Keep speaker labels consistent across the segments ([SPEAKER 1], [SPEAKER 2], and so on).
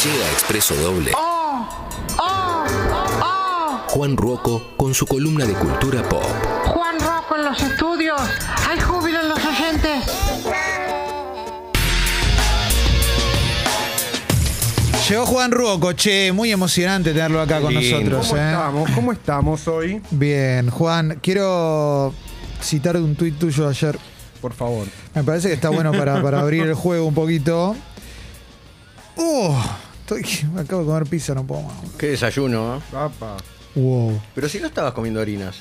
[SPEAKER 1] Llega Expreso Doble.
[SPEAKER 2] Oh,
[SPEAKER 1] Juan Ruoco con su columna de cultura pop.
[SPEAKER 2] Juan Rocco en los estudios. Hay júbilo en los agentes.
[SPEAKER 3] Llegó Juan Ruoco, che, muy emocionante tenerlo acá con
[SPEAKER 4] Lindo.
[SPEAKER 3] nosotros.
[SPEAKER 5] ¿Cómo
[SPEAKER 3] eh.
[SPEAKER 5] estamos? ¿Cómo estamos hoy?
[SPEAKER 3] Bien, Juan, quiero citar un tuit tuyo ayer.
[SPEAKER 5] Por favor.
[SPEAKER 3] Me parece que está bueno para, para abrir el juego un poquito. Uh, estoy- acabo de comer pizza, no puedo más.
[SPEAKER 4] Qué desayuno, ¿eh?
[SPEAKER 5] Papá.
[SPEAKER 3] Wow.
[SPEAKER 4] Pero si no estabas comiendo harinas.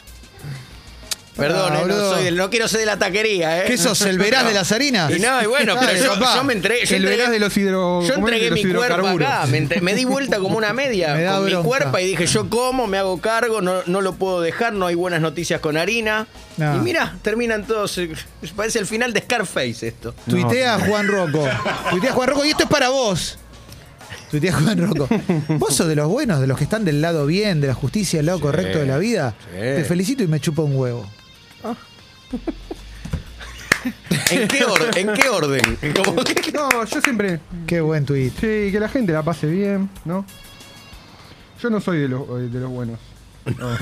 [SPEAKER 4] Perdón,
[SPEAKER 3] Ah,
[SPEAKER 4] eh, no,
[SPEAKER 3] boludo.
[SPEAKER 4] soy del- no quiero ser de la taquería, ¿eh?
[SPEAKER 3] ¿Qué sos, el verás de las harinas?
[SPEAKER 4] Y no, y bueno, pero
[SPEAKER 3] Dale,
[SPEAKER 4] yo,
[SPEAKER 3] papá.
[SPEAKER 4] yo me entré- yo
[SPEAKER 5] El
[SPEAKER 4] entregué.
[SPEAKER 5] verás de los hidro-
[SPEAKER 4] yo
[SPEAKER 5] ¿cómo es?
[SPEAKER 4] entregué
[SPEAKER 5] De los
[SPEAKER 4] mi cuerpo
[SPEAKER 5] hidrocarburos.
[SPEAKER 4] acá, me, entre- me di vuelta como una media
[SPEAKER 3] Me da
[SPEAKER 4] con mi
[SPEAKER 3] bronca.
[SPEAKER 4] cuerpo y dije, yo como, me hago cargo, no, no lo puedo dejar, no hay buenas noticias con harina.
[SPEAKER 3] No.
[SPEAKER 4] Y mira, terminan todos, eh, parece el final de Scarface esto.
[SPEAKER 3] Tuitea a Juan Rocco. Tuitea a Juan Rocco y esto es para vos. Tuitea a Juan Rocco. Vos sos de los buenos, de los que están del lado bien, de la justicia, del lado correcto de la vida.
[SPEAKER 4] sí.
[SPEAKER 3] Te felicito y me chupa un huevo.
[SPEAKER 4] ¿En qué, or- en qué orden? Como que-
[SPEAKER 5] No, yo siempre.
[SPEAKER 3] Qué buen tuit.
[SPEAKER 5] Sí, que la gente la pase bien, ¿no? Yo no soy de los, eh, de los buenos.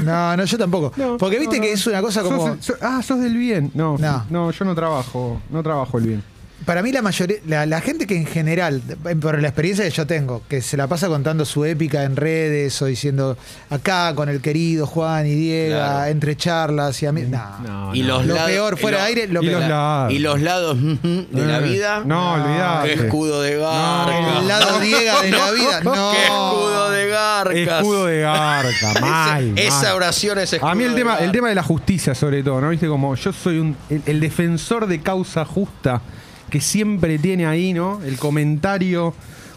[SPEAKER 3] No, no, yo tampoco.
[SPEAKER 5] No,
[SPEAKER 3] Porque viste
[SPEAKER 5] no,
[SPEAKER 3] que
[SPEAKER 5] no.
[SPEAKER 3] es una cosa
[SPEAKER 5] Sos-
[SPEAKER 3] como.
[SPEAKER 5] so- ah, sos del bien. No,
[SPEAKER 3] No.
[SPEAKER 5] no, yo no trabajo. No trabajo el bien.
[SPEAKER 3] Para mí, la mayoría. La, la gente que en general, por la experiencia que yo tengo, que se la pasa contando su épica en redes o diciendo acá con el querido Juan y Diego,
[SPEAKER 4] Claro.
[SPEAKER 3] entre charlas y a mí. No.
[SPEAKER 4] y los
[SPEAKER 3] Lo
[SPEAKER 4] lados-
[SPEAKER 3] peor, fuera de
[SPEAKER 4] y lo-
[SPEAKER 3] aire, lo
[SPEAKER 5] y
[SPEAKER 3] peor.
[SPEAKER 5] los lados.
[SPEAKER 4] Y los lados ujú, de la
[SPEAKER 5] Eh,
[SPEAKER 4] vida.
[SPEAKER 5] No,
[SPEAKER 4] Qué
[SPEAKER 5] olvidate.
[SPEAKER 4] escudo de garca.
[SPEAKER 3] El lado Diego de la vida. No.
[SPEAKER 4] Qué escudo de garcas.
[SPEAKER 6] Escudo de garca,
[SPEAKER 4] Ese-
[SPEAKER 6] mal.
[SPEAKER 4] esa
[SPEAKER 6] mal.
[SPEAKER 4] oración es escudo
[SPEAKER 5] Ah. A mí el
[SPEAKER 4] de
[SPEAKER 5] tema,
[SPEAKER 4] garca.
[SPEAKER 5] el tema de la justicia, sobre todo, ¿no? Viste, como yo soy un, el, el defensor de causa justa, que siempre tiene ahí, ¿no? El comentario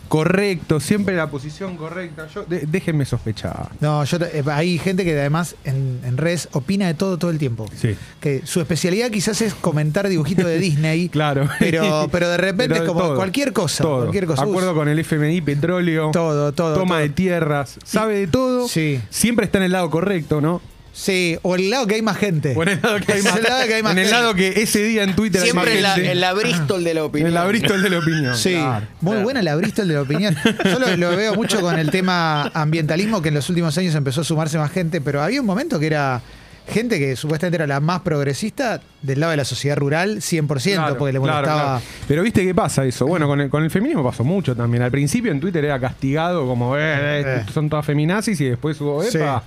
[SPEAKER 5] correcto, siempre la posición correcta. Yo, de- déjenme sospechar.
[SPEAKER 3] No, yo te- eh, hay gente que además en, en redes opina de todo todo el tiempo.
[SPEAKER 6] Sí.
[SPEAKER 3] Que su especialidad quizás es comentar dibujitos de Disney.
[SPEAKER 5] Claro.
[SPEAKER 3] Pero, pero de repente
[SPEAKER 5] Pero
[SPEAKER 3] es como
[SPEAKER 5] todo,
[SPEAKER 3] cualquier cosa.
[SPEAKER 5] todo.
[SPEAKER 3] Cualquier cosa.
[SPEAKER 5] Acuerdo
[SPEAKER 3] Uy,
[SPEAKER 5] con el FMI, petróleo.
[SPEAKER 3] Todo, todo,
[SPEAKER 5] Toma
[SPEAKER 3] todo.
[SPEAKER 5] de tierras. Sabe de todo.
[SPEAKER 3] Sí.
[SPEAKER 5] Siempre está en el lado correcto, ¿no?
[SPEAKER 3] Sí, o el lado que hay más gente.
[SPEAKER 5] O Eh. en el lado que hay
[SPEAKER 3] Es
[SPEAKER 5] más.
[SPEAKER 3] el lado que hay más
[SPEAKER 5] en el
[SPEAKER 3] gente.
[SPEAKER 5] lado que ese día en Twitter hay más
[SPEAKER 4] Siempre en la,
[SPEAKER 5] gente.
[SPEAKER 4] en la Bristol de la opinión.
[SPEAKER 5] En la Bristol de la opinión.
[SPEAKER 3] Sí,
[SPEAKER 5] Claro.
[SPEAKER 3] muy buena la Bristol de la opinión. Yo lo, lo veo mucho con el tema ambientalismo, que en los últimos años empezó a sumarse más gente, pero había un momento que era gente que supuestamente era la más progresista del lado de la sociedad rural, 100%,
[SPEAKER 5] Claro,
[SPEAKER 3] porque le
[SPEAKER 5] claro,
[SPEAKER 3] molestaba.
[SPEAKER 5] claro. Pero viste qué pasa eso. Bueno, con el, con el feminismo pasó mucho también. Al principio en Twitter era castigado como eh, eh,
[SPEAKER 3] Eh.
[SPEAKER 5] son todas feminazis y después hubo
[SPEAKER 3] Sí.
[SPEAKER 5] epa,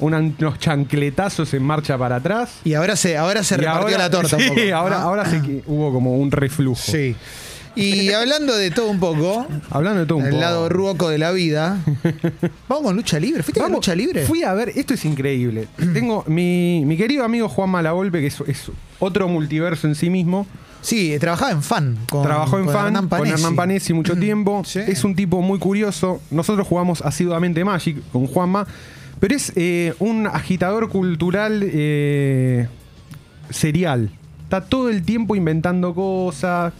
[SPEAKER 5] una- unos chancletazos en marcha para atrás.
[SPEAKER 3] Y ahora se, ahora se
[SPEAKER 5] Y
[SPEAKER 3] repartió
[SPEAKER 5] ahora-
[SPEAKER 3] la torta
[SPEAKER 5] Sí,
[SPEAKER 3] un poco.
[SPEAKER 5] ahora,
[SPEAKER 3] Ah,
[SPEAKER 5] ahora sí que hubo como un reflujo.
[SPEAKER 3] Sí. Y hablando de todo un poco,
[SPEAKER 5] Hablando de todo un
[SPEAKER 3] el
[SPEAKER 5] poco.
[SPEAKER 3] lado ruoco de la vida, vamos con lucha libre. ¿Fuiste con
[SPEAKER 5] Vamos,
[SPEAKER 3] lucha libre?
[SPEAKER 5] Fui a ver, esto es increíble. Tengo mi, mi querido amigo Juan Malavolpe, que es, es otro multiverso en sí mismo.
[SPEAKER 3] Sí, trabajaba en fan. Con,
[SPEAKER 5] Trabajó en
[SPEAKER 3] con Mm.
[SPEAKER 5] fan con Hernán Panesi mucho tiempo.
[SPEAKER 3] Sí.
[SPEAKER 5] Es un tipo muy curioso. Nosotros jugamos asiduamente Magic con Juanma. Pero es eh, un agitador cultural eh, serial. Está todo el tiempo inventando cosas,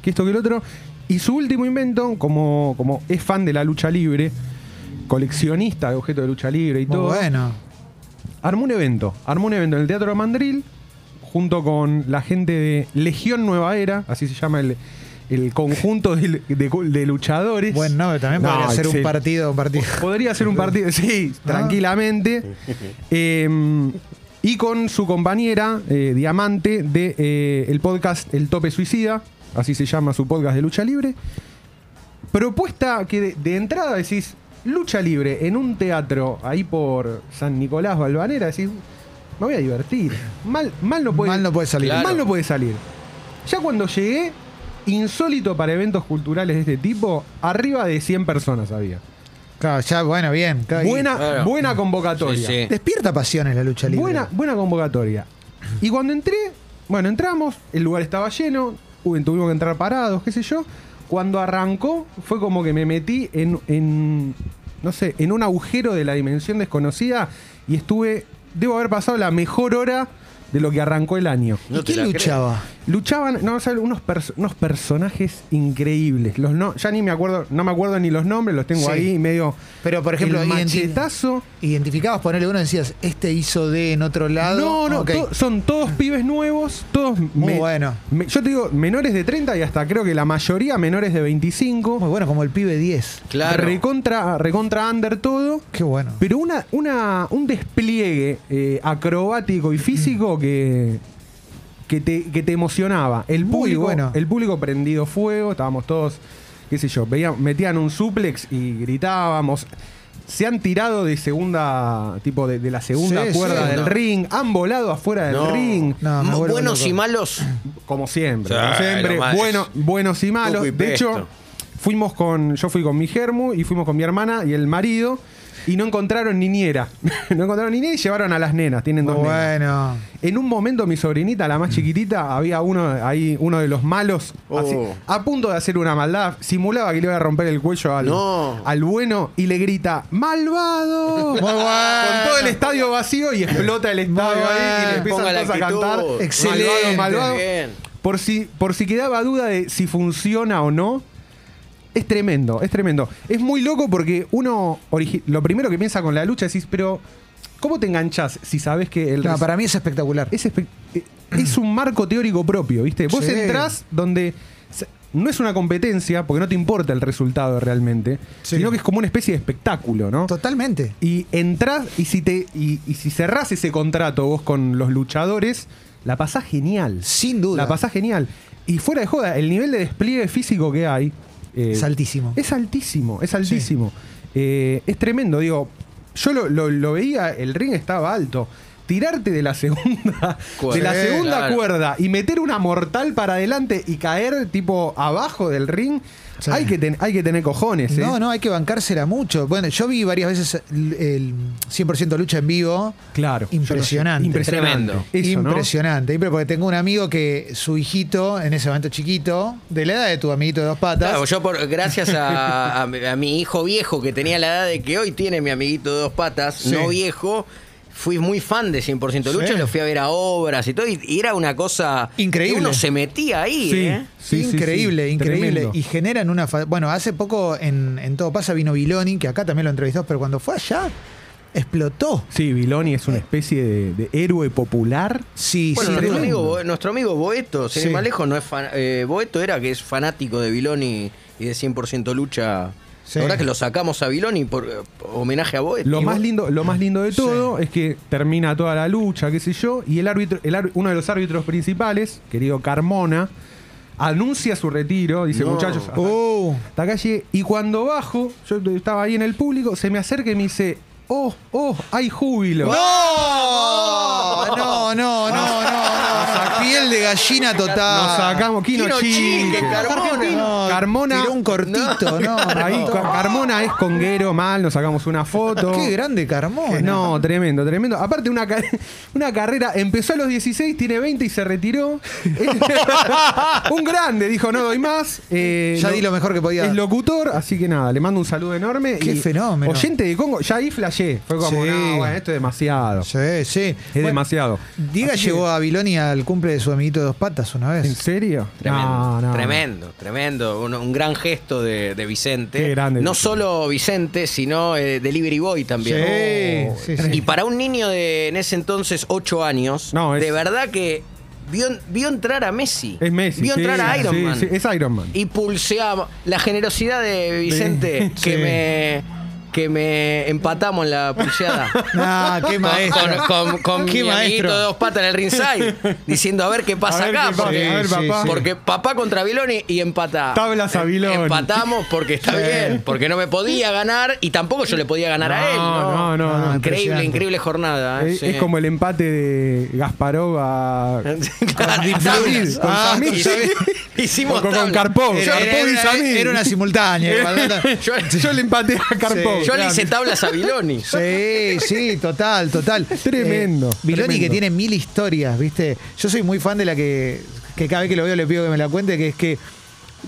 [SPEAKER 5] que esto, que el otro. Y su último invento, como, como es fan de la lucha libre, coleccionista de objetos de lucha libre y
[SPEAKER 3] Muy
[SPEAKER 5] todo,
[SPEAKER 3] bueno.
[SPEAKER 5] armó un evento. Armó un evento en el Teatro Mandril, junto con la gente de Legión Nueva Era, así se llama el, el conjunto de, de- de luchadores.
[SPEAKER 3] Bueno, no, también
[SPEAKER 5] No,
[SPEAKER 3] podría ser un
[SPEAKER 5] excel-
[SPEAKER 3] partido, un partido.
[SPEAKER 5] Podría ser un partido, sí,
[SPEAKER 3] Ah.
[SPEAKER 5] tranquilamente. Eh, y con su compañera, eh, Diamante, de eh, el podcast El Tope Suicida, así se llama su podcast de lucha libre. Propuesta que de, de entrada decís, lucha libre en un teatro ahí por San Nicolás Balvanera, decís, me voy a divertir. Mal, mal no puede
[SPEAKER 3] Mal no puede salir.
[SPEAKER 4] Claro.
[SPEAKER 5] Mal no puede salir. Ya cuando llegué, insólito para eventos culturales de este tipo, arriba de 100 personas había.
[SPEAKER 3] Claro, ya, bueno, bien. claro, y-
[SPEAKER 5] Buena,
[SPEAKER 4] Claro.
[SPEAKER 5] buena convocatoria.
[SPEAKER 4] Sí, sí.
[SPEAKER 3] Despierta pasiones la lucha libre.
[SPEAKER 5] Buena, buena convocatoria. Y cuando entré, bueno, entramos, el lugar estaba lleno, hubo- tuvimos que entrar parados, qué sé yo. Cuando arrancó, fue como que me metí en, en, no sé, en un agujero de la dimensión desconocida y estuve, debo haber pasado la mejor hora de lo que arrancó el año.
[SPEAKER 3] ¿Y
[SPEAKER 4] No te
[SPEAKER 3] quién
[SPEAKER 4] la
[SPEAKER 3] luchaba?
[SPEAKER 5] Luchaban, no, o sea, unos, pers- unos personajes increíbles. Los no, ya ni me acuerdo, no me acuerdo ni los nombres, los tengo
[SPEAKER 3] Sí.
[SPEAKER 5] ahí medio.
[SPEAKER 3] Pero, por ejemplo,
[SPEAKER 5] el
[SPEAKER 3] identi-
[SPEAKER 5] machetazo.
[SPEAKER 3] Identificabas, ponerle uno y decías, este hizo D en otro lado.
[SPEAKER 5] No, no,
[SPEAKER 3] Ah, Ok.
[SPEAKER 5] to- son todos pibes nuevos, todos.
[SPEAKER 3] Muy bueno.
[SPEAKER 5] me- yo te digo, menores de 30 y hasta creo que la mayoría menores de 25.
[SPEAKER 3] Muy bueno, como el pibe 10.
[SPEAKER 4] Claro.
[SPEAKER 5] Recontra, recontra under todo.
[SPEAKER 3] Qué bueno.
[SPEAKER 5] Pero una, una, un despliegue eh, acrobático y físico que, que, te, que te emocionaba. El
[SPEAKER 3] Muy
[SPEAKER 5] público,
[SPEAKER 3] bueno.
[SPEAKER 5] el público prendido fuego, estábamos todos, qué sé yo, veía- metían un suplex y gritábamos. Se han tirado de segunda, tipo de, de la segunda
[SPEAKER 3] Sí,
[SPEAKER 5] cuerda
[SPEAKER 4] sí.
[SPEAKER 5] del
[SPEAKER 4] No.
[SPEAKER 5] ring, han volado afuera del
[SPEAKER 4] No.
[SPEAKER 5] ring,
[SPEAKER 3] No, me
[SPEAKER 4] Mo-
[SPEAKER 3] vuelvo
[SPEAKER 4] buenos
[SPEAKER 3] loco.
[SPEAKER 4] y malos.
[SPEAKER 5] como siempre,
[SPEAKER 4] Sí,
[SPEAKER 5] como siempre,
[SPEAKER 4] lo más.
[SPEAKER 5] bueno, buenos y malos.
[SPEAKER 4] Cuco y
[SPEAKER 5] de hecho,
[SPEAKER 4] pesto.
[SPEAKER 5] fuimos con, yo fui con mi germu y fuimos con mi hermana y el marido y no encontraron niñera, no encontraron niñera y llevaron a las nenas, tienen dos nenas.
[SPEAKER 3] Bueno.
[SPEAKER 5] En un momento mi sobrinita, la más chiquitita, había uno ahí, uno de los malos,
[SPEAKER 4] Mm. Oh.
[SPEAKER 5] así, a punto de hacer una maldad, simulaba que le iba a romper el cuello al,
[SPEAKER 4] No.
[SPEAKER 5] al bueno y le grita, ¡malvado!
[SPEAKER 3] Muy bueno.
[SPEAKER 5] Con todo el estadio vacío y explota el estadio ahí y le empiezan
[SPEAKER 4] Ponga la
[SPEAKER 5] todos a
[SPEAKER 4] actitud.
[SPEAKER 5] cantar.
[SPEAKER 3] Excelente.
[SPEAKER 5] Malvado, malvado.
[SPEAKER 4] Bien.
[SPEAKER 5] Por si, por si quedaba duda de si funciona o no, es tremendo, es tremendo. Es muy loco porque uno, origi- lo primero que piensa con la lucha es, pero ¿cómo te enganchas si sabes que el...
[SPEAKER 3] No,
[SPEAKER 5] res-
[SPEAKER 3] para mí es espectacular.
[SPEAKER 5] es, espe- eh, es un marco teórico propio, ¿viste? Vos
[SPEAKER 3] Sí.
[SPEAKER 5] entrás donde se- no es una competencia, porque no te importa el resultado realmente,
[SPEAKER 3] Sí.
[SPEAKER 5] sino que es como una especie de espectáculo, ¿no?
[SPEAKER 3] Totalmente.
[SPEAKER 5] Y entras y si te y, y si cerrás ese contrato vos con los luchadores, la pasás genial.
[SPEAKER 3] Sin duda.
[SPEAKER 5] La pasás genial. Y fuera de joda, el nivel de despliegue físico que hay eh,
[SPEAKER 3] Es altísimo.
[SPEAKER 5] Es altísimo, es altísimo. Eh, es tremendo, digo. Yo lo, lo- lo veía, el ring estaba alto. Tirarte de la segunda, de la
[SPEAKER 4] Sí,
[SPEAKER 5] segunda
[SPEAKER 4] claro.
[SPEAKER 5] cuerda y meter una mortal para adelante y caer tipo abajo del ring,
[SPEAKER 3] Sí.
[SPEAKER 5] hay, que ten- hay que tener cojones. ¿eh?
[SPEAKER 3] No, no, hay que bancársela mucho. Bueno, yo vi varias veces el, el 100% lucha en vivo.
[SPEAKER 5] Claro.
[SPEAKER 3] Impresionante.
[SPEAKER 4] Tremendo.
[SPEAKER 5] Eso, ¿no?
[SPEAKER 3] Impresionante. Y pero Porque tengo un amigo que su hijito, en ese momento chiquito, de la edad de tu amiguito de dos patas.
[SPEAKER 4] Claro, yo por, gracias a, a mi- a mi hijo viejo que tenía la edad de que hoy tiene mi amiguito de dos patas,
[SPEAKER 3] Sí.
[SPEAKER 4] no viejo, fui muy fan de 100% Lucha,
[SPEAKER 3] Sí.
[SPEAKER 4] lo fui a ver a obras y todo, y, y era una cosa...
[SPEAKER 3] Increíble.
[SPEAKER 4] que Uno se metía ahí,
[SPEAKER 5] Sí.
[SPEAKER 4] ¿eh?
[SPEAKER 5] sí,
[SPEAKER 3] increíble,
[SPEAKER 5] sí,
[SPEAKER 3] increíble.
[SPEAKER 5] tremendo.
[SPEAKER 3] Y generan una. fa- Bueno, hace poco en, en Todo Pasa vino Viloni, que acá también lo entrevistó, pero cuando fue allá, explotó.
[SPEAKER 5] Sí, Viloni es una especie de, de héroe popular.
[SPEAKER 3] Sí,
[SPEAKER 4] Bueno,
[SPEAKER 3] sí,
[SPEAKER 4] nuestro,
[SPEAKER 3] tremendo.
[SPEAKER 4] amigo, Bo- nuestro amigo Boeto, sin ir
[SPEAKER 3] Sí.
[SPEAKER 4] más lejos, no es fan- eh, Boeto era que es fanático de Viloni y de 100% lucha.
[SPEAKER 3] Sí.
[SPEAKER 4] La verdad que lo sacamos a Viloni por eh, homenaje a Boeto.
[SPEAKER 5] Lo
[SPEAKER 4] Y
[SPEAKER 5] más,
[SPEAKER 4] Bo-
[SPEAKER 5] lindo, lo más lindo de todo es que termina toda la lucha, qué sé yo, y el árbitro, el ár- uno de los árbitros principales, querido Carmona, anuncia su retiro, dice,
[SPEAKER 4] No.
[SPEAKER 5] muchachos, hasta,
[SPEAKER 3] Oh,
[SPEAKER 5] hasta calle. Y cuando bajo, yo estaba ahí en el público, se me acerca y me dice, oh, oh, hay júbilo.
[SPEAKER 3] ¡No! No, no, no, no, no, no. Piel de gallina total.
[SPEAKER 5] Nos sacamos Kino,
[SPEAKER 4] Kino
[SPEAKER 5] Chique.
[SPEAKER 4] Chique, Carmona.
[SPEAKER 3] No,
[SPEAKER 5] Carmona-
[SPEAKER 3] Tiró un cortito, no. no.
[SPEAKER 5] Ahí, con Carmona es conguero mal, nos sacamos una foto.
[SPEAKER 3] Qué grande Carmona.
[SPEAKER 5] No, tremendo, tremendo. Aparte, una, ca- una carrera, empezó a los 16, tiene 20 y se retiró. un grande, dijo, no doy más. Eh,
[SPEAKER 3] Ya di lo mejor que podía.
[SPEAKER 5] Es locutor, así que nada, le mando un saludo enorme.
[SPEAKER 3] Qué
[SPEAKER 5] Y
[SPEAKER 3] fenómeno.
[SPEAKER 5] Oyente de Congo, ya ahí flashé. Fue como,
[SPEAKER 3] Sí.
[SPEAKER 5] no, bueno, esto es demasiado.
[SPEAKER 3] Sí, sí.
[SPEAKER 5] Es
[SPEAKER 3] Bueno,
[SPEAKER 5] demasiado.
[SPEAKER 3] Diga
[SPEAKER 5] Así
[SPEAKER 3] llegó a Viloni al cumple de su amiguito de dos patas una
[SPEAKER 5] que- ¿En
[SPEAKER 3] vez.
[SPEAKER 5] serio?
[SPEAKER 4] Tremendo,
[SPEAKER 5] No, no.
[SPEAKER 4] tremendo, tremendo. Un, un gran gesto de, de Vicente.
[SPEAKER 5] Qué grande.
[SPEAKER 4] No solo Vicente, sino eh, Delivery Boy también.
[SPEAKER 3] Sí,
[SPEAKER 4] Oh.
[SPEAKER 3] sí, sí.
[SPEAKER 4] Y para un niño de en ese entonces 8 años,
[SPEAKER 5] No, es-
[SPEAKER 4] de verdad que vio, vio entrar a Messi.
[SPEAKER 5] Es Messi.
[SPEAKER 4] Vio
[SPEAKER 5] sí,
[SPEAKER 4] entrar a Iron
[SPEAKER 5] sí,
[SPEAKER 4] Man.
[SPEAKER 5] sí, es Iron Man.
[SPEAKER 4] Y pulseaba. La generosidad de Vicente
[SPEAKER 3] Sí.
[SPEAKER 4] que me. Que me empatamos en la pulseada.
[SPEAKER 3] Ah, qué
[SPEAKER 4] Con-
[SPEAKER 3] maestro.
[SPEAKER 4] Con, con- con
[SPEAKER 3] Qué
[SPEAKER 4] mi amiguito
[SPEAKER 3] maestro.
[SPEAKER 4] de dos patas en el ringside. Diciendo a ver qué pasa
[SPEAKER 5] a ver,
[SPEAKER 4] acá.
[SPEAKER 5] qué pasa,
[SPEAKER 4] porque-
[SPEAKER 5] a ver,
[SPEAKER 3] Sí,
[SPEAKER 5] papá.
[SPEAKER 3] sí, sí.
[SPEAKER 4] porque papá contra Viloni y empatá.
[SPEAKER 5] Tablas a
[SPEAKER 4] Em-
[SPEAKER 5] Viloni.
[SPEAKER 4] Empatamos porque está
[SPEAKER 3] Sí.
[SPEAKER 4] bien, porque no me podía ganar y tampoco yo le podía ganar a él.
[SPEAKER 5] No, no,
[SPEAKER 4] No,
[SPEAKER 5] no, no.
[SPEAKER 4] Increíble,
[SPEAKER 3] Impresionante.
[SPEAKER 4] increíble jornada. ¿eh?
[SPEAKER 5] es,
[SPEAKER 4] Sí.
[SPEAKER 5] es como el empate de Gasparov a,
[SPEAKER 4] Claro,
[SPEAKER 5] Di
[SPEAKER 4] tablas.
[SPEAKER 5] Florid, con
[SPEAKER 4] Ah,
[SPEAKER 5] Samir.
[SPEAKER 4] hici- Hicimos
[SPEAKER 5] Con- con
[SPEAKER 4] tablas.
[SPEAKER 5] Karpov.
[SPEAKER 4] Yo,
[SPEAKER 3] Era, era-
[SPEAKER 5] Carpó y
[SPEAKER 3] era-
[SPEAKER 5] Samir.
[SPEAKER 3] era una simultánea. igual.
[SPEAKER 4] yo-
[SPEAKER 5] Yo le empaté a Carpo.
[SPEAKER 4] yo le hice tablas a Viloni.
[SPEAKER 3] Sí, sí, total, total.
[SPEAKER 5] Tremendo,
[SPEAKER 3] Eh, Viloni
[SPEAKER 5] tremendo.
[SPEAKER 3] que tiene mil historias, ¿viste? Yo soy muy fan de la que, que cada vez que lo veo le pido que me la cuente, que es que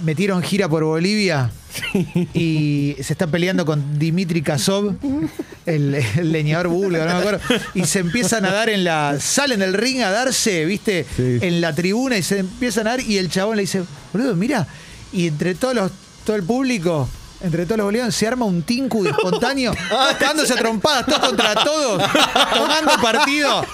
[SPEAKER 3] metieron gira por Bolivia Y se está peleando con Dimitri Kazov, el, el leñador búlgaro, no me acuerdo. Y se empiezan a dar en la. Salen del ring a darse, ¿viste?
[SPEAKER 5] Sí.
[SPEAKER 3] En la tribuna y se empiezan a dar. Y el chabón le dice, boludo, mira. Y entre todos los, todo el público. Entre todos los bolivianos se arma un tinku espontáneo, dándose a trompadas todos contra todos, tomando partido.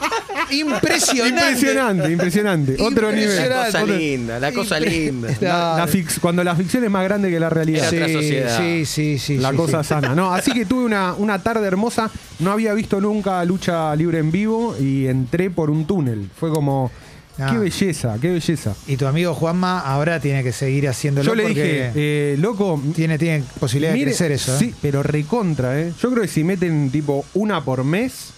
[SPEAKER 3] Impresionante.
[SPEAKER 5] Impresionante, impresionante. Otro nivel.
[SPEAKER 4] La cosa
[SPEAKER 3] Otro-
[SPEAKER 4] linda, la cosa linda.
[SPEAKER 5] La- la
[SPEAKER 3] Claro.
[SPEAKER 5] fix- cuando la ficción es más grande que la realidad.
[SPEAKER 4] Era otra sociedad.
[SPEAKER 3] Sí, sí, sí.
[SPEAKER 5] la
[SPEAKER 3] sí,
[SPEAKER 5] cosa
[SPEAKER 3] sí.
[SPEAKER 5] sana. No, así que tuve una, una tarde hermosa. No había visto nunca lucha libre en vivo y entré por un túnel. Fue como.
[SPEAKER 3] Ah.
[SPEAKER 5] Qué belleza, qué belleza.
[SPEAKER 3] Y tu amigo Juanma ahora tiene que seguir haciéndolo.
[SPEAKER 5] Yo le
[SPEAKER 3] porque
[SPEAKER 5] dije, eh, loco.
[SPEAKER 3] tiene, tiene posibilidad
[SPEAKER 5] mire-
[SPEAKER 3] de crecer eso. ¿eh?
[SPEAKER 5] Sí, pero recontra, ¿eh? Yo creo que si meten tipo una por mes,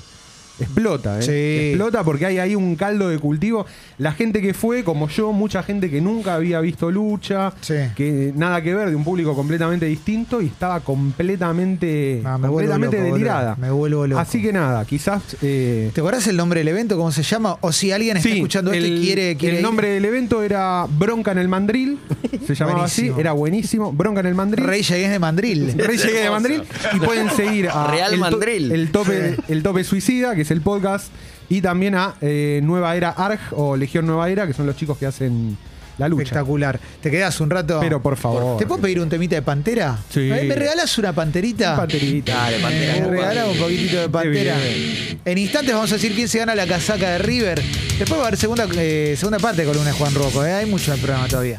[SPEAKER 5] explota, ¿eh?
[SPEAKER 3] Sí.
[SPEAKER 5] Explota porque hay ahí un caldo de cultivo. La gente que fue, como yo, mucha gente que nunca había visto lucha,
[SPEAKER 3] Sí.
[SPEAKER 5] que nada que ver, de un público completamente distinto y estaba completamente,
[SPEAKER 3] Ah, me vuelvo
[SPEAKER 5] completamente
[SPEAKER 3] loco,
[SPEAKER 5] delirada.
[SPEAKER 3] boludo. Me vuelvo loco.
[SPEAKER 5] Así que nada, quizás. eh,
[SPEAKER 3] ¿Te acordás el nombre del evento? ¿Cómo se llama? O si alguien está
[SPEAKER 5] sí,
[SPEAKER 3] escuchando esto y quiere. quiere
[SPEAKER 5] el
[SPEAKER 3] ir.
[SPEAKER 5] nombre del evento era Bronca en el Mandril, se llamaba así,
[SPEAKER 3] Buenísimo.
[SPEAKER 5] era buenísimo, Bronca en el Mandril.
[SPEAKER 3] Rey Llegués de Mandril.
[SPEAKER 5] Rey llegué de Mandril y pueden seguir a
[SPEAKER 4] Real
[SPEAKER 5] el, to-
[SPEAKER 4] Mandril.
[SPEAKER 5] el tope el tope suicida que es el podcast y también a eh, Nueva Era Arg o Legión Nueva Era que son los chicos que hacen la lucha.
[SPEAKER 3] Espectacular. ¿Te quedás un rato?
[SPEAKER 5] Pero por favor.
[SPEAKER 3] ¿Te puedo pedir un temita de pantera? Eh,
[SPEAKER 5] Sí.
[SPEAKER 3] ¿Me regalas una panterita?
[SPEAKER 5] Panterita.
[SPEAKER 4] Dale, Pantera.
[SPEAKER 3] Me regalás un poquitito de pantera.
[SPEAKER 5] bien.
[SPEAKER 3] En instantes vamos a decir quién se gana la casaca de River. Después va a haber segunda, eh, segunda parte de columna de Juan Rocco. ¿eh? Hay mucho en el programa todavía.